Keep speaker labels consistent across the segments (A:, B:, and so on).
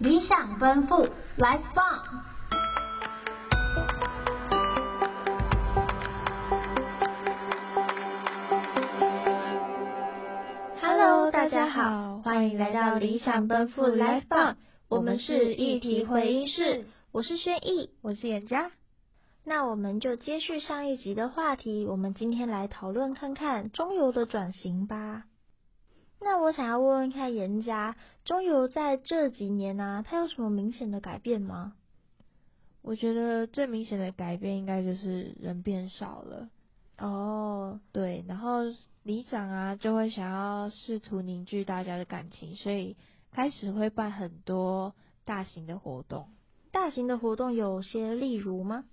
A: 理想奔赴，Life Bomb。Hello，大家好，欢迎来到理想奔赴 Life Bomb，我们是议题回音室，我是轩逸，
B: 我是严佳。
A: 那我们就接续上一集的话题，我们今天来讨论看看中油的转型吧。那我想要问问看严家，中油在这几年啊，它有什么明显的改变吗？
B: 我觉得最明显的改变应该就是人变少了，
A: 哦，
B: 对，然后里长啊就会想要试图凝聚大家的感情，所以开始会办很多大型的活动，
A: 大型的活动有些例如吗？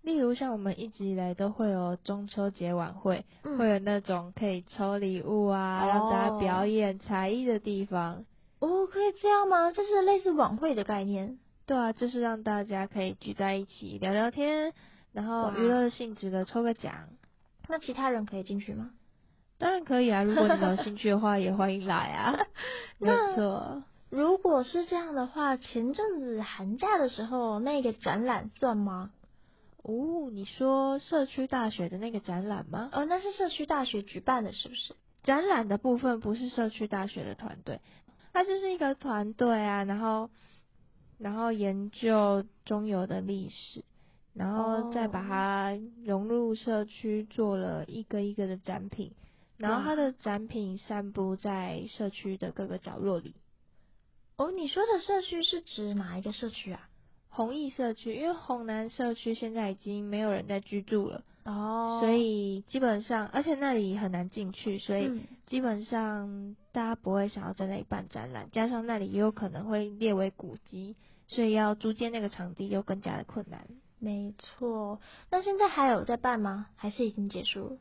B: 例如像我们一直以来都会有中秋节晚会，
A: 嗯
B: 会有那种可以抽礼物啊，
A: 哦
B: 让大家表演才艺的地方。
A: 哦，可以这样吗？这是类似晚会的概念。
B: 对啊，就是让大家可以聚在一起聊聊天，然后
A: 哇
B: 娱乐性质的抽个奖。
A: 那其他人可以进去吗？
B: 当然可以啊，如果你们有兴趣的话，也欢迎来 啊。没
A: 那
B: 错，
A: 如果是这样的话，前阵子寒假的时候那个展览算吗？
B: 哦，你说社区大学的那个展览吗？
A: 哦，那是社区大学举办的，是不是？
B: 展览的部分不是社区大学的团队，它就是一个团队啊，然后然后研究中游的历史，然后再把
A: 哦
B: 它融入社区，做了一个一个的展品，然后它
A: 哇
B: 的展品散布在社区的各个角落里。
A: 哦，你说的社区是指哪一个社区啊？
B: 红艺社区，因为红南社区现在已经没有人在居住了，
A: 哦
B: 所以基本上，而且那里很难进去，所以
A: 嗯
B: 基本上大家不会想要在那里办展览，加上那里也有可能会列为古迹，所以要租借那个场地又更加的困难。
A: 没错，那现在还有在办吗？还是已经结束了？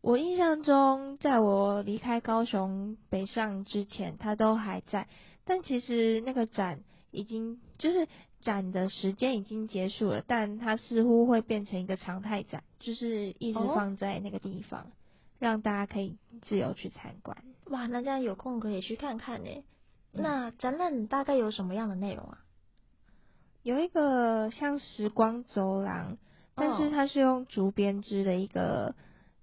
B: 我印象中，在我离开高雄北上之前，它都还在，但其实那个展已经就是展的时间已经结束了，但它似乎会变成一个常态展，就是一直
A: 哦
B: 放在那个地方，让大家可以自由去参观。
A: 哇，那这样有空可以去看看呢。
B: 嗯
A: 那展览大概有什么样的内容啊？
B: 有一个像时光走廊，但是
A: 哦
B: 它是用竹编织的一个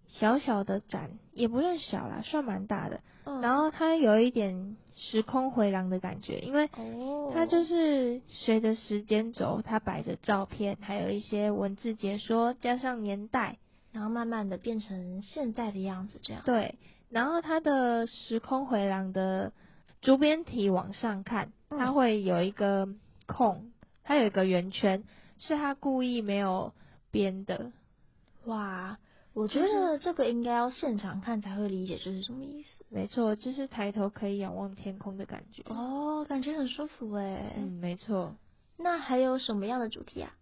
B: 小小的展，也不算小啦，算蛮大的。
A: 嗯
B: 然后它有一点时空回廊的感觉，因为
A: 哦，
B: 它就是随着时间轴，它摆着照片，还有一些文字解说，加上年代，
A: 然后慢慢的变成现在的样子，这样。
B: 对。然后它的时空回廊的竹编体往上看，
A: 嗯
B: 它会有一个空，它有一个圆圈，是它故意没有编的。
A: 哇，我觉
B: 就是
A: 得这个应该要现场看才会理解这是什么意思。
B: 没错，就是抬头可以仰望天空的感觉。
A: 哦，感觉很舒服哎。
B: 嗯，没错。
A: 那还有什么样的主题啊？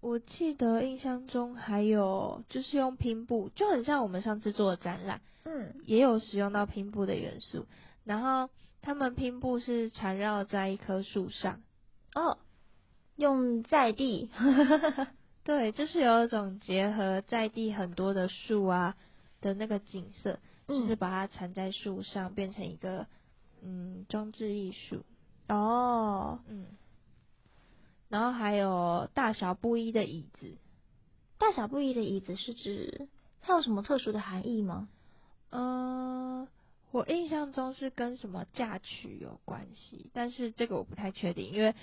B: 我记得印象中还有就是用拼布，就很像我们上次做的展览，
A: 嗯，
B: 也有使用到拼布的元素。然后他们拼布是缠绕在一棵树上，
A: 哦，用在 地。
B: 对，就是有一种结合在地很多的树啊的那个景色，就是
A: 嗯，
B: 把它缠在树上，变成一个嗯装置艺术。
A: 哦，
B: 嗯，然后还有大小不一的椅子，
A: 大小不一的椅子是指它有什么特殊的含义吗？
B: 嗯，我印象中是跟什么嫁娶有关系，但是这个我不太确定，因为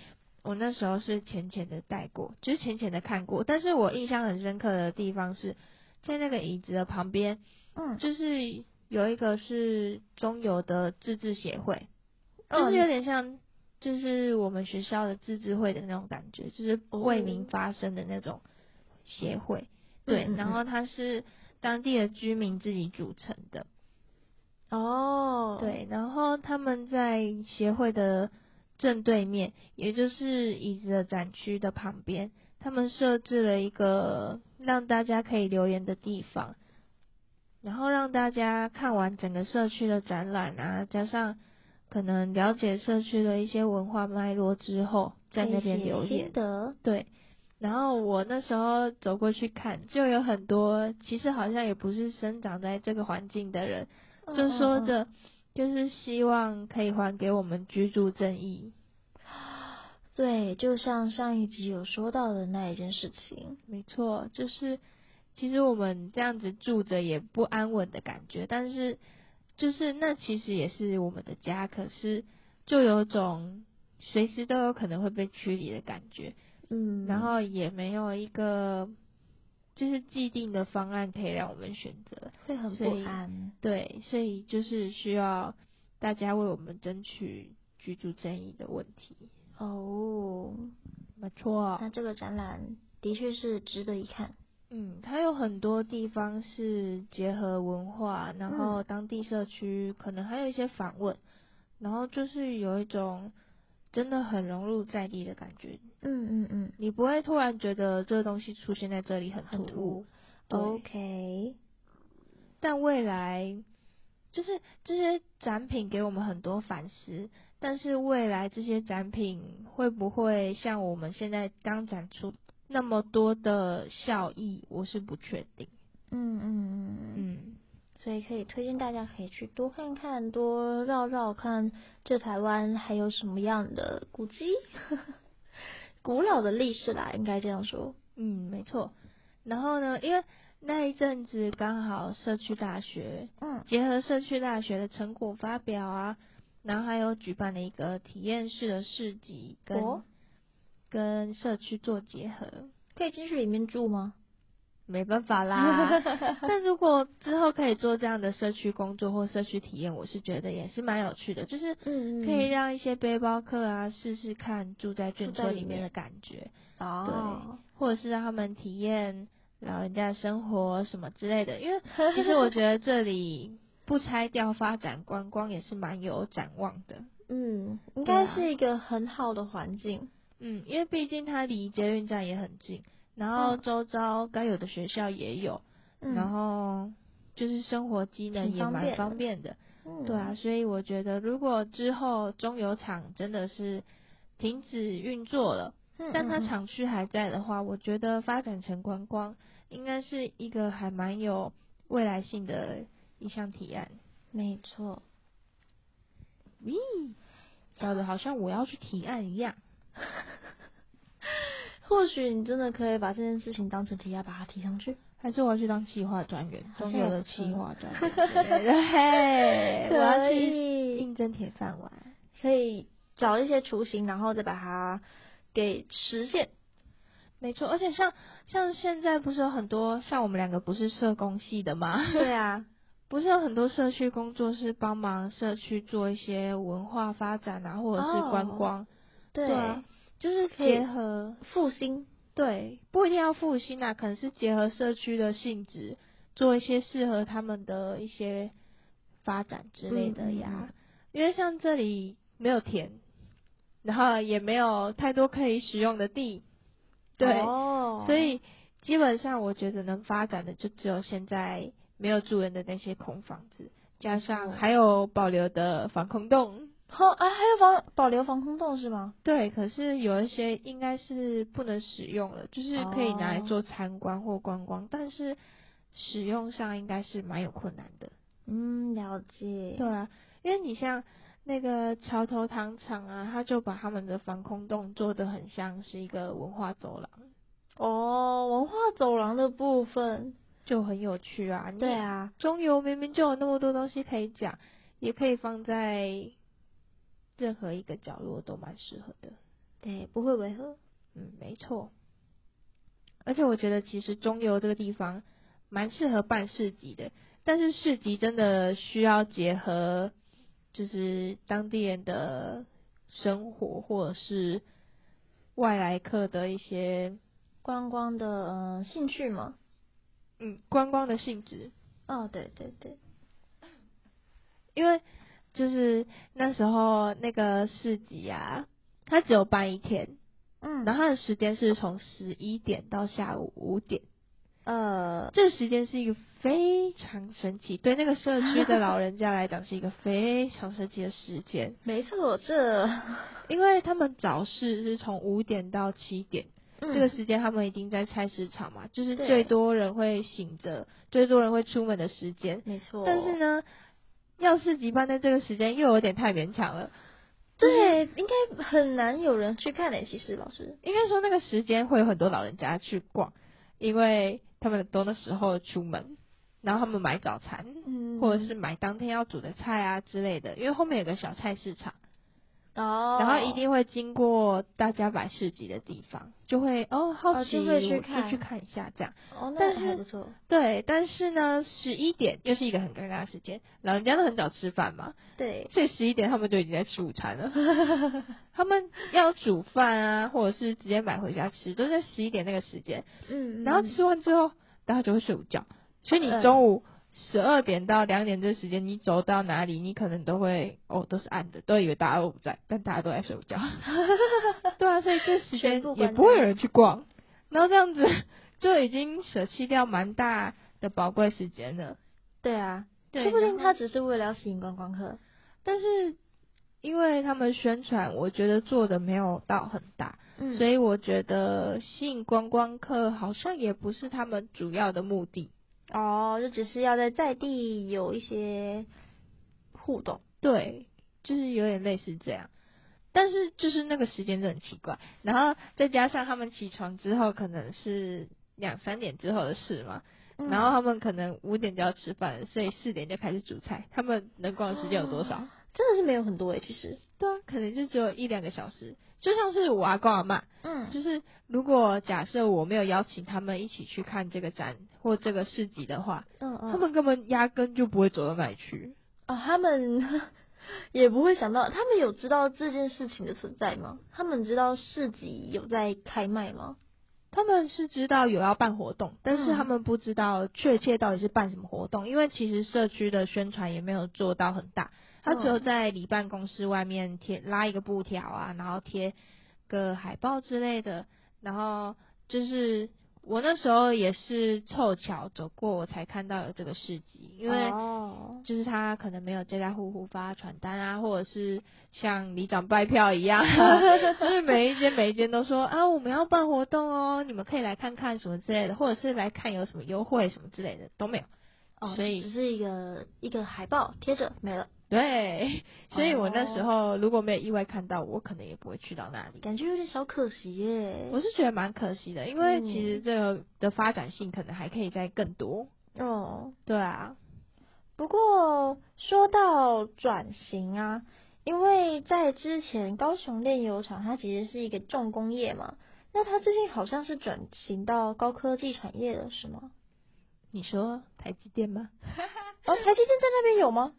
B: 我那时候是浅浅的带过，就是浅浅的看过。但是我印象很深刻的地方是在那个椅子的旁边，
A: 嗯，
B: 就是有一个是中游的自治协会，就是
A: 嗯
B: 有点像就是我们学校的自治会的那种感觉，就是
A: 哦
B: 为民发声的那种协会。对
A: 嗯嗯，嗯
B: 然后它是当地的居民自己组成的。
A: 哦，，
B: 对，然后他们在协会的正对面，也就是椅子的展区的旁边，他们设置了一个让大家可以留言的地方，然后让大家看完整个社区的展览啊，加上可能了解社区的一些文化脉络之后，在那边留言
A: 心。得
B: 对，然后我那时候走过去看，就有很多其实好像也不是生长在这个环境的人，就说
A: 嗯嗯嗯
B: 着就是希望可以还给我们居住正义。
A: 对，就像上一集有说到的那一件事情，
B: 没错，就是其实我们这样子住着也不安稳的感觉，但是就是那其实也是我们的家，可是就有种随时都有可能会被驱离的感觉，
A: 嗯，
B: 然后也没有一个就是既定的方案可以让我们选择，
A: 会很
B: 所以
A: 不安。
B: 对，所以就是需要大家为我们争取居住正义的问题，
A: 哦，
B: 没错
A: 那这个展览的确是值得一看。
B: 嗯，它有很多地方是结合文化，然后
A: 嗯
B: 当地社区可能还有一些访问，然后就是有一种真的很融入在地的感觉，
A: 嗯嗯嗯，
B: 你不会突然觉得这个东西出现在这里很突
A: 很
B: 兀，
A: 突兀。
B: 对
A: OK，
B: 但未来就是这些展品给我们很多反思，但是未来这些展品会不会像我们现在刚展出那么多的效益，我是不确定，
A: 嗯嗯嗯嗯，
B: 嗯。
A: 所以可以推荐大家可以去多看看，多绕绕看，这台湾还有什么样的古迹、 古老的历史啦，应该这样说。
B: 嗯，没错。然后呢，因为那一阵子刚好社区大学
A: 嗯
B: 结合社区大学的成果发表啊，然后还有举办了一个体验式的市集，跟、
A: 哦
B: 跟社区做结合。
A: 可以进去里面住吗？
B: 没办 法啦，但如果之后可以做这样的社区工作或社区体验，我是觉得也是蛮有趣的，就是
A: 嗯
B: 可以让一些背包客啊试试看住在
A: 住
B: 眷
A: 在
B: 村
A: 里
B: 里面
A: 面
B: 的感觉。
A: 哦，
B: 或者是让他们体验老人家的生活什么之类的。因为 其实我觉得这里不拆掉发展观光也是蛮有展望的。
A: 嗯，应
B: 对
A: 该
B: 啊
A: 是一个很好的环境。
B: 嗯，因为毕竟它离捷运站也很近，然后
A: 嗯
B: 周遭该有的学校也有，
A: 嗯，
B: 然后就是生活机能
A: 挺
B: 也
A: 方便
B: 蛮
A: 的
B: 方便的。
A: 嗯
B: 对啊，，所以我觉得如果之后中油厂真的是停止运作了。
A: 嗯
B: 但它
A: 嗯嗯
B: 厂区还在的话，我觉得发展成观光应该是一个还蛮有未来性的一项提案。
A: 没错，
B: 咦，搞得好像我要去提案一样。
A: 或许你真的可以把这件事情当成提案，把它提上去。
B: 还是我要去当企划专员，
A: 好
B: 中
A: 像
B: 国
A: 也
B: 的
A: 不错
B: 企划专员。 对，我要
A: 可
B: 去
A: 以
B: 应征铁饭碗。
A: 可以找一些雏形，然后再把它给实 现。
B: 没错，而且像像现在不是有很多像我们两个不是社工系的吗？
A: 对啊，
B: 不是有很多社区工作是帮忙社区做一些文化发展啊，或者是
A: 哦
B: 观光。
A: 对，
B: 啊就是
A: 可以
B: 结合，
A: 复兴，
B: 对，不一定要复兴啊，可能是结合社区的性质，做一些适合他们的一些发展之类的
A: 嗯
B: 呀
A: 嗯。
B: 因为像这里没有田，然后也没有太多可以使用的地，对，
A: 哦、
B: 所以基本上我觉得能发展的就只有现在没有住人的那些空房子，加上
A: 错
B: 还有保留的防空洞。
A: 好啊，还有防保留防空洞是吗？
B: 对，可是有一些应该是不能使用了，就是可以拿来
A: 哦
B: 做参观或观光，但是使用上应该是蛮有困难的。
A: 嗯，了解。
B: 对啊，因为你像那个桥头糖厂啊，他就把他们的防空洞做得很像是一个文化走廊，
A: 哦，文化走廊的部分，
B: 就很有趣啊。你
A: 对，啊，
B: 中游明明就有那么多东西可以讲，也可以放在任何一个角落都蛮适合的。
A: 对，不会违和。
B: 嗯，没错。而且我觉得其实中游这个地方蛮适合办市集的，但是市集真的需要结合就是当地人的生活或者是外来客的一些
A: 观光的呃兴趣嘛。
B: 嗯观光的性质，
A: 哦，对对对，
B: 因为就是那时候那个市集啊，它只有办一天，
A: 嗯，
B: 然后它的时间是从十一点到下午五点。
A: 呃，
B: 这个时间是一个非常神奇，对那个社区的老人家来讲是一个非常神奇的 时间，
A: 没错，这、
B: 因为他们早市是从五点到七点，
A: 嗯
B: 这个时间他们一定在菜市场嘛，就是
A: 对
B: 最多人会醒着，最多人会出门的时间。
A: 没错，
B: 但是呢，要市集办在这个时间又有点太勉强了，
A: 对，应该很难有人去看嘞、其实老师，
B: 应该说那个时间会有很多老人家去逛，因为他们都那时候出门，然后他们买早餐，
A: 嗯
B: 或者是买当天要煮的菜啊之类的，因为后面有个小菜市场，
A: 哦，
B: 然后一定会经过大家摆市集的地方，就会哦好
A: 哦
B: 奇、
A: 就会去
B: 我
A: 看
B: 就去看一下这样。
A: 哦，那
B: 但
A: 还
B: 是
A: 不错，
B: 对，但是呢，十一点又是一个很尴尬的时间，老人家都很早吃饭嘛，
A: 对，
B: 所以十一点他们就已经在吃午 餐了。他们要煮饭啊，或者是直接买回家吃，都在十一点那个时间。
A: 嗯，
B: 然后
A: 嗯
B: 吃完之后，大家就会睡午觉。所以你
A: 嗯
B: 中午十二点到两点这时间，你走到哪里，你可能都会哦，都是暗的，都以为大家都不在，但大家都在睡午 觉。对啊，所以这时
A: 全
B: 间
A: 部关
B: 也
A: 灯
B: 不会有人去逛，然后这样子就已经舍弃掉蛮大的宝贵时间了。
A: 对啊，
B: 对
A: 说不定
B: 然后
A: 他只是为了要吸引观光客，
B: 但是因为他们宣传，我觉得做的没有到很大，
A: 嗯，
B: 所
A: 以
B: 以我觉得吸引观光客好像也不是他们主要的目的。
A: 哦，就只是要在在地有一些互动，
B: 对，就是有点类似这样。但是就是那个时间真的很奇怪，然后再加上他们起床之后可能是两三点之后的事嘛，
A: 嗯
B: 然后他们可能五点就要吃饭了，所以四点就开始煮菜，他们能逛的时间有多少？
A: 真的是没有很多欸诶，其实，
B: 对啊，可能就只有一两个小时。就像是我阿公阿妈，
A: 嗯，
B: 就是如果假设我没有邀请他们一起去看这个展或这个市集的话，
A: 嗯嗯，
B: 他们根本压根就不会走到哪里去。
A: 哦，他们 也不会想到，他们有知道这件事情的存在吗？他们知道市集有在开卖吗？
B: 他们是知道有要办活动，但是
A: 嗯
B: 他们不知道确切到底是办什么活动，因为其实社区的宣传也没有做到很大，他只有
A: 嗯
B: 在离办公室外面贴拉一个布条啊，然后贴个海报之类的，然后就是我那时候也是凑巧走过，我才看到有这个市集，因为
A: 哦，
B: 就是他可能没有家家户户发传单啊，或者是像里长拜票一 样，就是每一间每一间都说啊，我们要办活动哦，你们可以来看看什么之类的，或者是来看有什么优惠什么之类的都没有。
A: 哦，
B: 所以
A: 只是一个一个海报贴着没了，
B: 对，所以我那时
A: 哦
B: 候如果没有意外看到，我可能也不会去到那里。
A: 感觉有点小可惜耶。
B: 我是觉得蛮可惜的，因为其实
A: 嗯
B: 这个的发展性可能还可以再更多。
A: 哦，
B: 对啊，
A: 不过说到转型啊，因为在之前高雄炼油厂它其实是一个重工业嘛，那它最近好像是转型到高科技产业了，是吗？
B: 你说台积电吗？
A: 哦，台积电在那边有吗？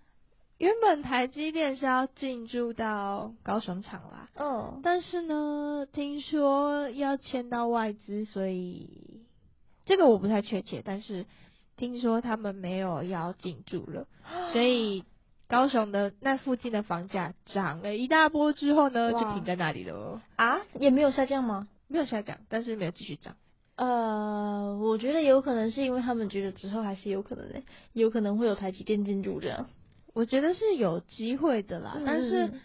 B: 原本台积电是要进驻到高雄厂啦，
A: 嗯，
B: 但是呢，听说要签到外资，所以这个我不太确切，但是听说他们没有要进驻了，
A: 啊
B: 所以高雄的那附近的房价涨了一大波之后呢，就
A: 哇
B: 停在那里了，
A: 啊，也没有下降吗？
B: 没有下降，但是没有继续涨。
A: 呃，我觉得有可能是因为他们觉得之后还是有可能的、有可能会有台积电进驻这样。
B: 我觉得是有机会的啦，但是
A: 嗯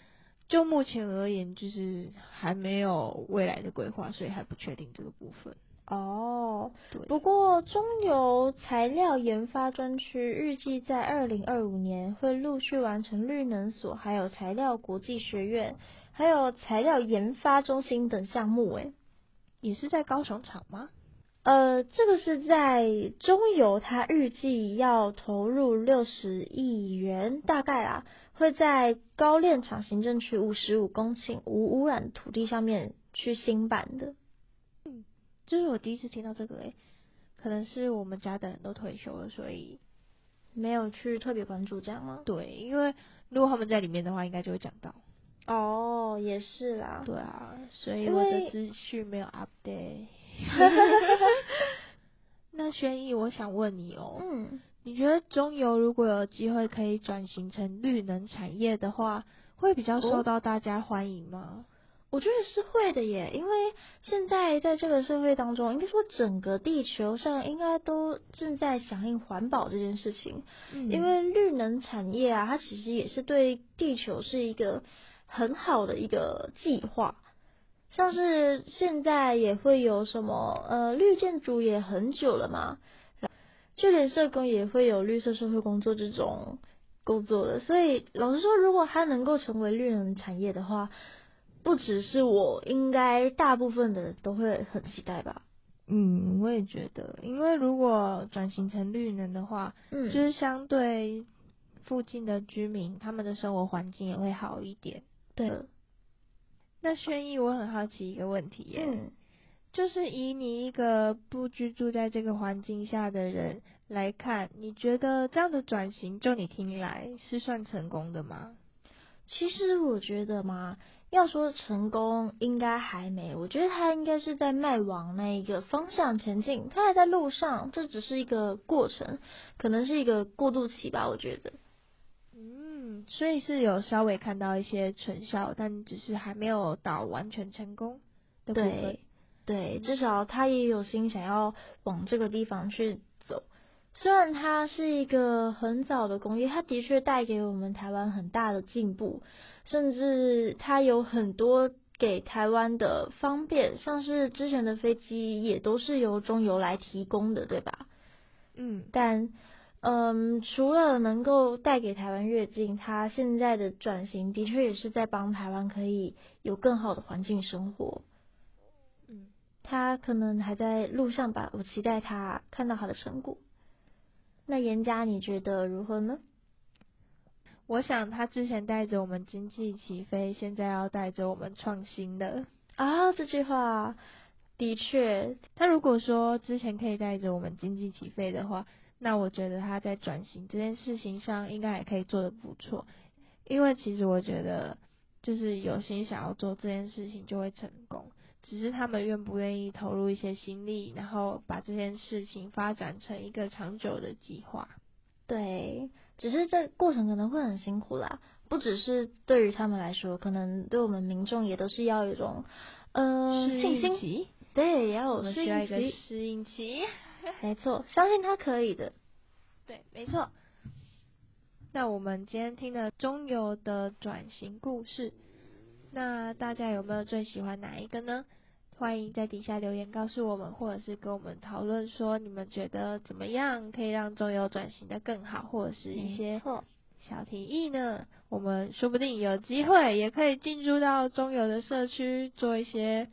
B: 就目前而言，就是还没有未来的规划，所以还不确定这个部分。
A: 哦，
B: 对，
A: 不过中油材料研发专区预计在二零二五年会陆续完成绿能所、还有材料国际学院、还有材料研发中心等项目。诶，
B: 也是在高雄厂吗？
A: 呃，这个是在中油，它预计要投入六十亿元，大概啊会在高炼厂行政区五十五公顷无污染土地上面去新版的。
B: 这是我第一次听到这个诶、可能是我们家的人都退休了，所以
A: 没有去特别关注这样吗？
B: 对，因为如果他们在里面的话，应该就会讲到。
A: 哦，也是啦。
B: 对啊，所以
A: 因
B: 我
A: 为
B: 的资讯没 有 update。那轩逸，我想问你哦，
A: 嗯，
B: 你觉得中油如果有机会可以转型成绿能产业的话，会比较
A: 哦
B: 受到大家欢迎吗？
A: 我觉得是会的耶，因为现在在这个社会当中，应该说整个地球上应该都正在响应环保这件事情。
B: 嗯
A: 因为绿能产业啊，它其实也是对地球是一个很好的一个计划。像是现在也会有什么呃，绿建筑也很久了嘛，就连社工也会有绿色社会工作这种工作了。所以老实说，如果它能够成为绿能产业的话，不只是我，应该大部分的人都会很期待吧。
B: 嗯，我也觉得，因为如果转型成绿能的话，
A: 嗯，
B: 就是相对附近的居民，他们的生活环境也会好一点。
A: 对，
B: 那轩逸，我很好奇一个问题耶，
A: 嗯，
B: 就是以你一个不居住在这个环境下的人来看，你觉得这样的转型，就你听来是算成功的吗？
A: 其实我觉得嘛，要说成功，应该还没。我觉得他应该是在迈往那一个方向前进，他还在路上，这只是一个过程，可能是一个过渡期吧。我觉得，
B: 嗯，所以是有稍微看到一些成效，但只是还没有到完全成功的部分嗯
A: 对。，对，至少他也有心想要往这个地方去走。虽然它是一个很早的工业，它的确带给我们台湾很大的进步，甚至它有很多给台湾的方便，像是之前的飞机也都是由中油来提供的，对吧？
B: 嗯，
A: 但嗯，除了能够带给台湾跃进，它现在的转型的确也是在帮台湾可以有更好的环境生活。
B: 嗯，
A: 他可能还在路上吧，我期待他看到他的成果。那严家你觉得如何呢？
B: 我想他之前带着我们经济起飞，现在要带着我们创新了。
A: 啊，这句话的确，
B: 他如果说之前可以带着我们经济起飞的话，那我觉得他在转型这件事情上应该也可以做得不错，因为其实我觉得就是有心想要做这件事情就会成功，只是他们愿不愿意投入一些心力，然后把这件事情发展成一个长久的计划。
A: 对，只是这过程可能会很辛苦啦，不只是对于他们来说，可能对我们民众也都是要有一种呃
B: 适
A: 信
B: 应
A: 心，
B: 期，
A: 对，也要
B: 我
A: 有
B: 们
A: 适
B: 需要
A: 应
B: 一个
A: 期，
B: 适应期。
A: 没错，相信他可以的。
B: 对，没错。那我们今天听了中游的转型故事，那大家有没有最喜欢哪一个呢？欢迎在底下留言告诉我们，或者是跟我们讨论说你们觉得怎么样可以让中游转型的更好，或者是一
A: 没
B: 些
A: 错，
B: 小提议呢？我们说不定有机会也可以进驻到中游的社区，做一些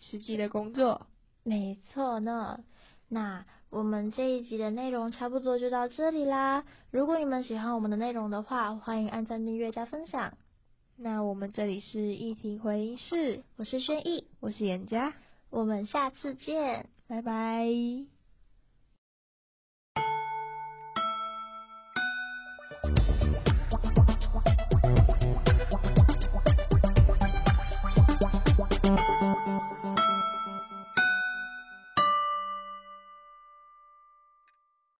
B: 实际的工作。
A: 没错呢。那我们这一集的内容差不多就到这里啦。如果你们喜欢我们的内容的话，欢迎按赞、订阅、加分享。
B: 那我们这里是议题回音室，
A: 我是轩逸，
B: 我是严佳，
A: 我们下次见。
B: 拜拜。